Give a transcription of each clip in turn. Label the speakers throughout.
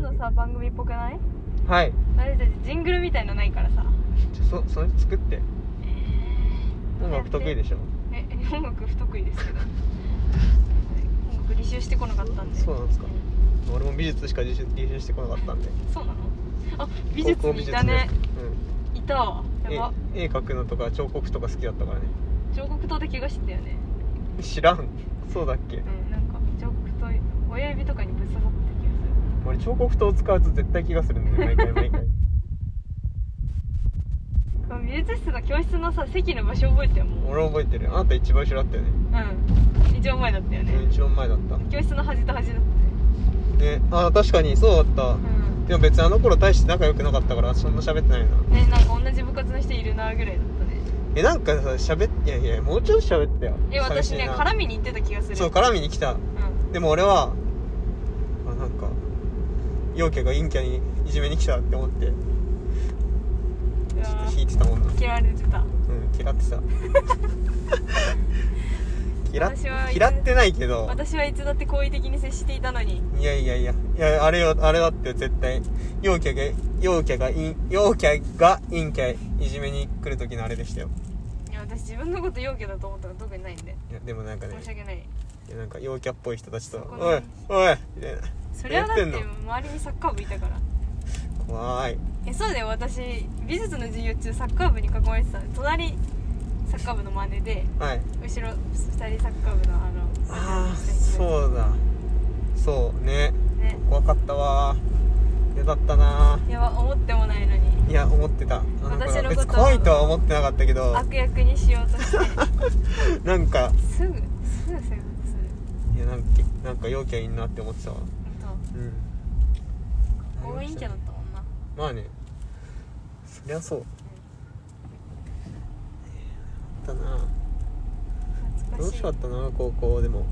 Speaker 1: のさ番組っぽくない
Speaker 2: はい
Speaker 1: 私たちジングルみたいのないからさ
Speaker 2: じゃそその作って音楽得意で
Speaker 1: し
Speaker 2: しょ
Speaker 1: え音楽不得意ですけど音楽履修してこなかったんで
Speaker 2: そうなんですか俺も美術しか履修履修してこなかったんで
Speaker 1: そうなのあ美術
Speaker 2: 高校
Speaker 1: にいたね
Speaker 2: うん
Speaker 1: いたわやば
Speaker 2: 絵絵描くのとか彫刻とか好きだったからね
Speaker 1: 彫刻刀で怪我してたよね
Speaker 2: 知らんそうだっけ
Speaker 1: うんなんか彫刻刀親指とかにぶっ刺さった気がする
Speaker 2: 俺彫刻刀を使うと絶対気がする んだよ毎回毎回
Speaker 1: この美術室の教室のさ席の場所覚えてよもう
Speaker 2: 俺覚えてるあなた一番後ろだったよね
Speaker 1: うん一番前だったよ
Speaker 2: 俺
Speaker 1: ね
Speaker 2: 一番前だった
Speaker 1: 教室の端と端だったね
Speaker 2: ねあ確かにそうだっ
Speaker 1: うん
Speaker 2: たでも別にあの頃大して仲良くなかったからそんな喋ってないな
Speaker 1: ねなんか同じ部活の人いるなぐらいだったね
Speaker 2: えなんかさ喋っていやいやもうちょっと喋ってよ
Speaker 1: え私ね
Speaker 2: 寂しいな
Speaker 1: 絡みに行ってた気がする
Speaker 2: そう絡みに来た
Speaker 1: う
Speaker 2: でも俺はあなんか陽キャが陰キャにいじめに来たって思って
Speaker 1: んう
Speaker 2: ちょっ
Speaker 1: わ
Speaker 2: と引いてたもんな
Speaker 1: 嫌われてた
Speaker 2: うん 嫌ってた嫌っ
Speaker 1: 私はいつ
Speaker 2: 嫌ってないけど
Speaker 1: 私はいつだって好意的に接していたのに
Speaker 2: いやいやいやいやあれよあれだって絶対陽キャが陽キャが陰陽キャが陰キャいじめに来る時のあれでしたよ
Speaker 1: いや私自分のこと陽キャだと思ったら特にないんで
Speaker 2: いやでもなんかね
Speaker 1: 申し訳ない
Speaker 2: いやなんか陽キャっぽい人たちと
Speaker 1: そこ
Speaker 2: 「
Speaker 1: ね
Speaker 2: おいおい!」みたいな
Speaker 1: それはだって
Speaker 2: やってん
Speaker 1: 周りにサッカー部いたから
Speaker 2: 怖い
Speaker 1: えそうだよ私美術の授業中サッカー部に囲まれてたの隣サッカー部の真似で
Speaker 2: はい
Speaker 1: 後ろ2人サッカー部のあの
Speaker 2: ああ
Speaker 1: う
Speaker 2: そうだそうね
Speaker 1: ね
Speaker 2: 怖かったわ嫌だったない
Speaker 1: やば思ってもないのに
Speaker 2: いや思ってたあの
Speaker 1: 私のこと
Speaker 2: 別に怖いとは思ってなかったけど
Speaker 1: 悪役にしようとして
Speaker 2: なんか
Speaker 1: すぐすぐ生活する
Speaker 2: いやなんかなんか陽キャいんなって思ってたわ
Speaker 1: ほん
Speaker 2: うん
Speaker 1: と強引キャだったもんな
Speaker 2: まあねそりゃそうだな
Speaker 1: 懐
Speaker 2: 楽
Speaker 1: かし
Speaker 2: しかったな高校でも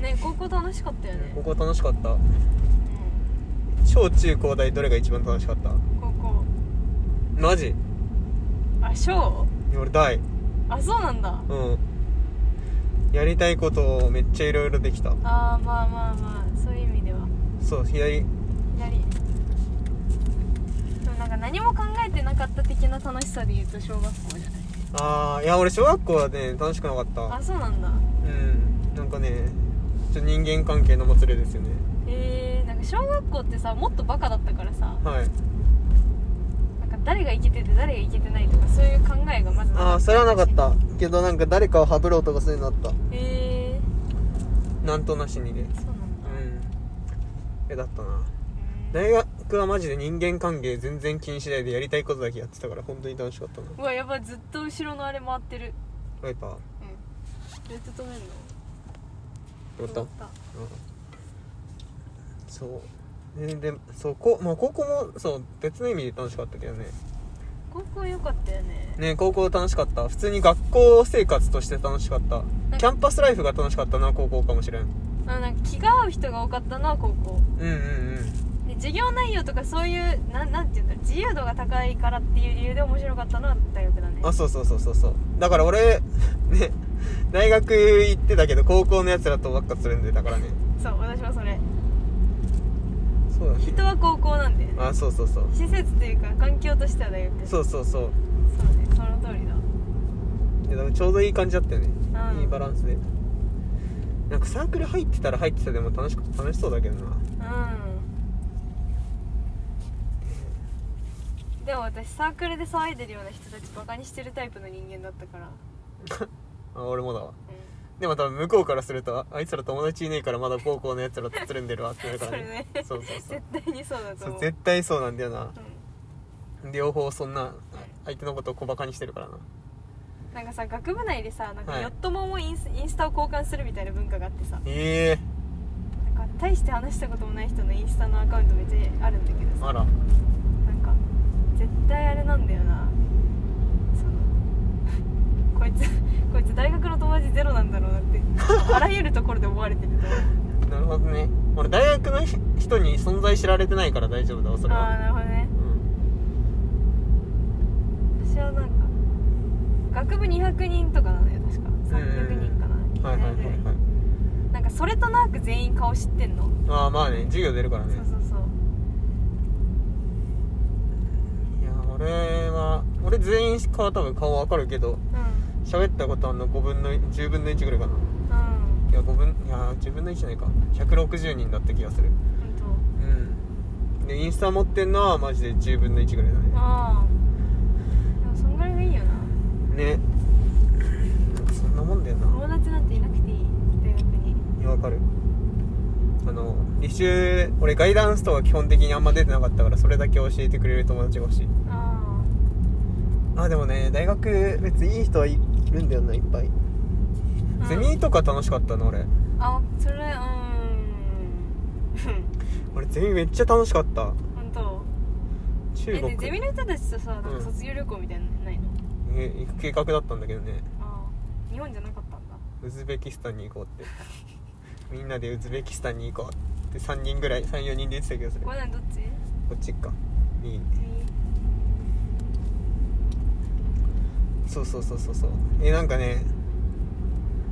Speaker 1: いね高校楽しかったよね
Speaker 2: 高校楽しかった小中高大どれが一番楽しかった
Speaker 1: うん高校
Speaker 2: マジ
Speaker 1: あ小
Speaker 2: 俺大
Speaker 1: あそうなんだ
Speaker 2: うんやりたいことをめっちゃいろいろできた
Speaker 1: あーまあまあまあそういう意味では
Speaker 2: そう左
Speaker 1: 左でもなんか何も考えてなかった的な楽しさで言うと小学校じゃない
Speaker 2: ああいや俺小学校はね楽しくなかった
Speaker 1: あそうなんだ
Speaker 2: うんなんかねちょっと人間関係のもつれですよね
Speaker 1: えー、なんか小学校ってさもっとバカだったからさ
Speaker 2: はい
Speaker 1: なんか誰がイケてて誰がイケてないとかそういう考えがまず
Speaker 2: ああそれはなかったけどなんか誰かをハブろうとかそういうのあった
Speaker 1: え
Speaker 2: なんとなしにね
Speaker 1: ー、そうなんだ、
Speaker 2: うんえだったな
Speaker 1: うん
Speaker 2: 大学はマジで人間関係全然気にしないでやりたいことだけやってたから本当に楽しかったな
Speaker 1: うわやばいずっと後ろのあれ回ってる
Speaker 2: ライパー
Speaker 1: うんどうやって止めるの
Speaker 2: 乗った、
Speaker 1: 止ま
Speaker 2: うん、そうででそうこまあ高校もそう別の意味で楽しかったけどね
Speaker 1: 高校良かったよね
Speaker 2: ね高校楽しかった普通に学校生活として楽しかった
Speaker 1: か
Speaker 2: キャンパスライフが楽しかったな高校かもしれんうん
Speaker 1: あのなんか気が合う人が多かったな高校
Speaker 2: うんうん
Speaker 1: で授業内容とかそういうなんなんていうんだろう自由度が高いからっていう理由で面白かったのは大学だね
Speaker 2: あそうそうそうそうそうだから俺 ね大学行ってたけど高校のやつらとばっかつるんでたからね
Speaker 1: そう私もそれ
Speaker 2: そうだね
Speaker 1: 人は高校なんだよね
Speaker 2: あそうそうそう
Speaker 1: 施設というか環境としては大学
Speaker 2: そううそうそう
Speaker 1: そうねその通りだ
Speaker 2: いやだからちょうどいい感じだったよね
Speaker 1: うん
Speaker 2: いいバランスでなんかサークル入ってたら入ってたでも楽しく楽しそうだけどな
Speaker 1: うんでも私サークルで騒いでるような人たちバカにしてるタイプの人間だったから、
Speaker 2: あ俺もだわ
Speaker 1: う
Speaker 2: でも多分向こうからするとああいつら友達いねえからまだ高校のやつらとつるんでるわってなる
Speaker 1: ん、
Speaker 2: か
Speaker 1: そ
Speaker 2: ら
Speaker 1: れね
Speaker 2: ね そうそうそう
Speaker 1: 絶対にそうだと
Speaker 2: そ
Speaker 1: 思
Speaker 2: う
Speaker 1: う
Speaker 2: 絶対そうなんだよな
Speaker 1: う
Speaker 2: 両方そんな相手のことを小バカにしてるからなん
Speaker 1: なんかさ学部内でさなんか
Speaker 2: はい
Speaker 1: よっとももインスインスタを交換するみたいな文化があってさ
Speaker 2: ええ
Speaker 1: なんか大して話したこともない人のインスタのアカウントめっちゃあるんだけどさ
Speaker 2: あら
Speaker 1: なんか絶対あれなんだよなその こいつこいつ大学の友達ゼロなんだろうなってあらゆるところで思われてると思う
Speaker 2: なるほどね俺大学の人に存在知られてないから大丈夫だわそれ
Speaker 1: ああー
Speaker 2: は
Speaker 1: なるほどね
Speaker 2: うん
Speaker 1: 私はなんか学部200人とかなのよ確か300人かな、
Speaker 2: はいはいはい
Speaker 1: ぐら
Speaker 2: はい
Speaker 1: なんかそれとなく全員顔知ってんの、
Speaker 2: ああまあね授業出るからね
Speaker 1: そうそうそう
Speaker 2: えー、まあ俺全員顔多分顔わかるけど
Speaker 1: う
Speaker 2: 喋ったことあんの5分の1 10分の1ぐらいかなん
Speaker 1: うん
Speaker 2: いや5分いやー10分の1じゃないか160人だった気がする
Speaker 1: 本
Speaker 2: うんでインスタ持ってんのはマジで10分の1ぐらいだ
Speaker 1: 当。ああでもそんぐらいがいいよな
Speaker 2: ねねなんかそんなもんだよな
Speaker 1: 友達なんていなくていい大学に
Speaker 2: いやわかるあの履修俺ガイダンスとか基本的にあんま出てなかったからそれだけ教えてくれる友達が欲しい
Speaker 1: あ
Speaker 2: あでもね大学別にいい人はいるんだよないっぱい
Speaker 1: あ
Speaker 2: ゼミとか楽しかったの俺
Speaker 1: あそれうん
Speaker 2: 俺ゼミめっちゃ楽しかった
Speaker 1: 本当。
Speaker 2: 中
Speaker 1: え
Speaker 2: 国
Speaker 1: でゼミの人たちとさなん
Speaker 2: うん
Speaker 1: か卒業旅行みたいなのないの、
Speaker 2: え行く計画だったんだけどね
Speaker 1: ああ日本じゃなかったんだ
Speaker 2: ウズベキスタンに行こうってみんなでウズベキスタンに行こうって3人ぐらい34人で言ってた気がする
Speaker 1: こ
Speaker 2: こ
Speaker 1: れ何どっち
Speaker 2: っちかいいね
Speaker 1: ゼミ
Speaker 2: そうそうそうそうそうえなんかね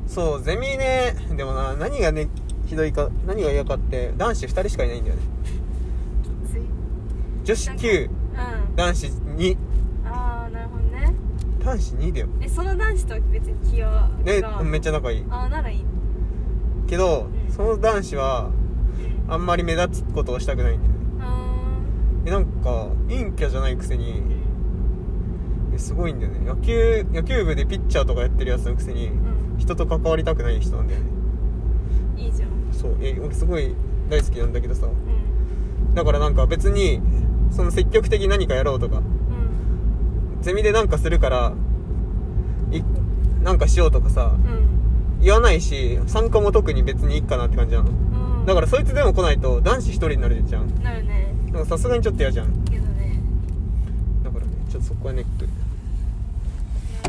Speaker 2: そうゼミねでもな何がねひどいか何が嫌かって男子2人しかいないんだよね
Speaker 1: きつい
Speaker 2: 女子9
Speaker 1: うん
Speaker 2: 男子2
Speaker 1: ああなるほどね
Speaker 2: 男子2だよ
Speaker 1: えその男子とは別に気は
Speaker 2: で
Speaker 1: が
Speaker 2: めっちゃ仲いい
Speaker 1: ああならいい、う
Speaker 2: けど
Speaker 1: うん
Speaker 2: その男子は
Speaker 1: ん、
Speaker 2: あんまり目立つことをしたくないんだよね
Speaker 1: あ
Speaker 2: えなんか陰キャじゃないくせに
Speaker 1: ーうん
Speaker 2: えすごいんだよね野球野球部でピッチャーとかやってるやつのくせに
Speaker 1: う
Speaker 2: 人と関わりたくない人なんだよね
Speaker 1: んいいじゃん
Speaker 2: そうえ俺すごい大好きなんだけどさ
Speaker 1: うん
Speaker 2: だからなんか別にその積極的に何かやろうとか
Speaker 1: うん
Speaker 2: ゼミでなんかするからいなんかしようとかさ
Speaker 1: うん
Speaker 2: 言わないし参加も特に別にいいかなって感じなの
Speaker 1: うん
Speaker 2: だからそいつでも来ないと男子一人になるじゃん
Speaker 1: なるね
Speaker 2: なんかさすがにちょっと嫌じゃん
Speaker 1: けどね
Speaker 2: だからねちょっとそこはネック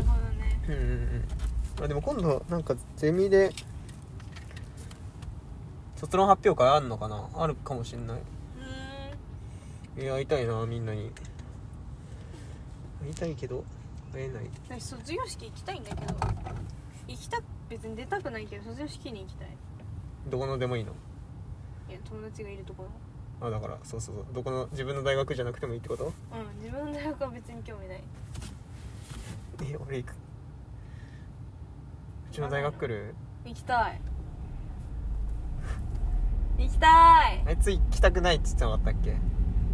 Speaker 1: なるほどね
Speaker 2: うんうんうんあでも今度なんかゼミで卒論発表会あんのかなあるかもしんない
Speaker 1: ー
Speaker 2: う
Speaker 1: ん
Speaker 2: いや会いたいなみんなに会いたいけど会えない
Speaker 1: 私卒業式行きたいんだけど行きた別に出たくないけど卒業式に行きたい
Speaker 2: どこのでもいいの
Speaker 1: いや友達がいるところ
Speaker 2: あだからそうそうそうどこの自分の大学じゃなくてもいいってこと
Speaker 1: うん自分の大学は別に興味ない
Speaker 2: え俺行くうちの大学来る
Speaker 1: 行きたい行きたい
Speaker 2: あいつ行きたくないっつってなかったっけ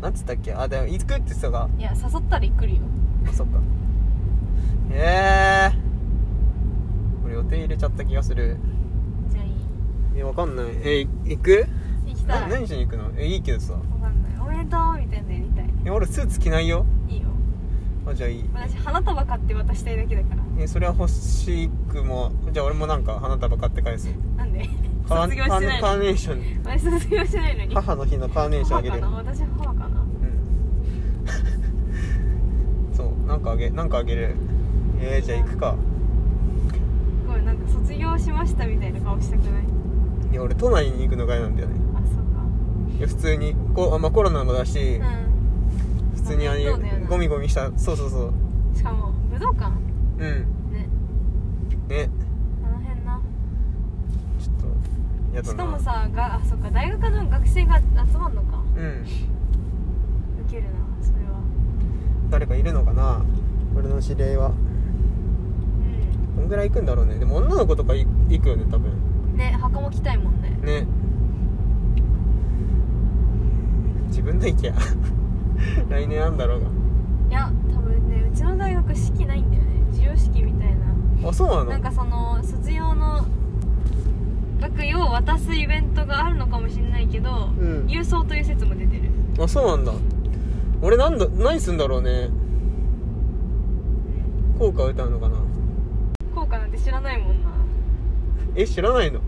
Speaker 2: なんつったっけあでも行くって言ってたが
Speaker 1: いや誘ったら行くるよ
Speaker 2: あそっかええ俺予定入れちゃった気がする
Speaker 1: じゃあいい
Speaker 2: えわかんないえい行く
Speaker 1: 行きた
Speaker 2: ない何しに行くのえいいけどさ
Speaker 1: わかんないおめでとうみたいなのやりたい
Speaker 2: え俺スーツ着ないよ
Speaker 1: いいよ
Speaker 2: あじゃあいい
Speaker 1: 私花束買って渡したいだけだから
Speaker 2: えそれは欲しくもじゃあ俺もなんか花束買って返す
Speaker 1: なんで
Speaker 2: カー
Speaker 1: 卒業しない
Speaker 2: カー
Speaker 1: の
Speaker 2: カーネーション
Speaker 1: 私卒業しないのに
Speaker 2: 母の日のカーネーションあげる
Speaker 1: 母かな私母かな
Speaker 2: うん そうなんかあげなんかあげるえー、じゃあ行くか
Speaker 1: すごいなんか卒業しましたみたいな顔したくない
Speaker 2: いや俺都内に行くのが嫌なんだよね
Speaker 1: あそうか
Speaker 2: いや普通にこあ、まあ、コロナもだし、
Speaker 1: う
Speaker 2: 普通にああい
Speaker 1: そうだよ
Speaker 2: う
Speaker 1: な
Speaker 2: ゴミゴミしたそうそうそうん
Speaker 1: しかも武道館
Speaker 2: うん
Speaker 1: ね
Speaker 2: ね
Speaker 1: あの辺な
Speaker 2: ちょっとやだな
Speaker 1: しかもさがあそっか大学の学生が集まんのか
Speaker 2: うん
Speaker 1: ウケるなそれは
Speaker 2: 誰かいるのかな俺の知り合いは
Speaker 1: う
Speaker 2: どんぐらい行くんだろうねでも女の子とかい行くよね多分
Speaker 1: んね袴着たいもんね
Speaker 2: ね自分で行けや 来年あんだろう
Speaker 1: いや多分ねうちの大学式ないんだよね授与式みたいな
Speaker 2: があそうなの
Speaker 1: なんかその卒業の学位を渡すイベントがあるのかもしれないけど、
Speaker 2: うん
Speaker 1: 郵送という説も出てる
Speaker 2: あそうなんだ俺なんだ何すんだろうね
Speaker 1: うん
Speaker 2: 効果歌うのかな
Speaker 1: 効果なんて知らないもんな、
Speaker 2: え知らないの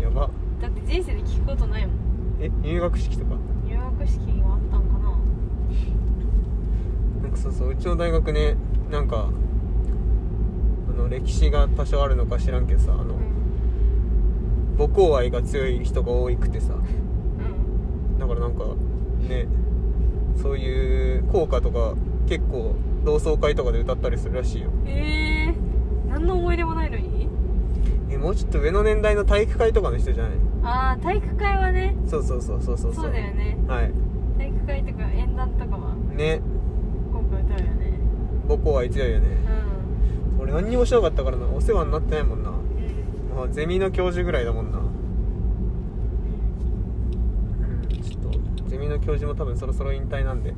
Speaker 1: う
Speaker 2: やば
Speaker 1: ん、だって人生で聞くことないもん
Speaker 2: え入学式とか
Speaker 1: 入学式があったんかな
Speaker 2: なんかそうそううちの大学ねなんかあの歴史が多少あるのか知らんけどさあの
Speaker 1: う
Speaker 2: 母校愛が強い人が多くてさ
Speaker 1: んうん
Speaker 2: だからなんかねそういう校歌とか結構同窓会とかで歌ったりするらしいよ
Speaker 1: ええー、何の思い出もないのに
Speaker 2: えもうちょっと上の年代の体育会とかの人じゃない
Speaker 1: ああ体育会はね
Speaker 2: そうそうそうそうそう
Speaker 1: そうだよね
Speaker 2: はい
Speaker 1: 体育会とか演壇とかは
Speaker 2: ね
Speaker 1: 今回歌うよ
Speaker 2: 子は強いよね
Speaker 1: うん
Speaker 2: 俺何にもしなかったからなお世話になってないもんな、
Speaker 1: うん
Speaker 2: まあ、ゼミの教授ぐらいだもんなうんちょっとゼミの教授も多分そろそろ引退なんで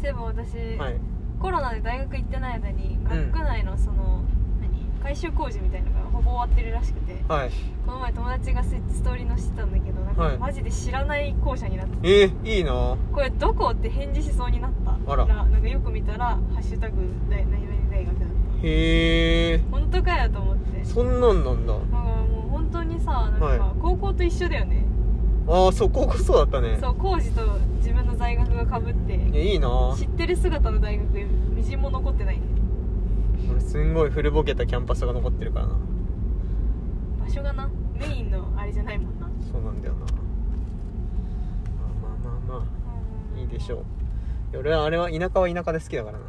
Speaker 1: そういえば私、
Speaker 2: はい
Speaker 1: コロナで大学行ってない間に
Speaker 2: ん
Speaker 1: 学内のその、何改修工事みたいなのがほぼ終わってるらしくて
Speaker 2: はい
Speaker 1: この前友達がスストーリーのしてたんだけどなん
Speaker 2: はい
Speaker 1: かマジで知らない校舎になってて、
Speaker 2: えー、いいな
Speaker 1: これどこって返事しそうになった
Speaker 2: あら
Speaker 1: なんかよく見たら「ハッシュタグ大何々大学」だった
Speaker 2: へえ
Speaker 1: 本当かよと思って
Speaker 2: そんなんなんだ
Speaker 1: だからもう本当にさなん
Speaker 2: は
Speaker 1: か高校と一緒だよね、
Speaker 2: ああそう高校そうだったね
Speaker 1: そう工事と自分の在学がかぶって
Speaker 2: いやいいな
Speaker 1: 知ってる姿の大学みじんも残ってないね
Speaker 2: 俺すんごい古ぼけたキャンパスが残ってるからな
Speaker 1: 場所がなメインのあれじゃないもんな
Speaker 2: そうなんだよなまあまあまあまあいいでしょういや俺はあれは田舎は田舎で好きだからな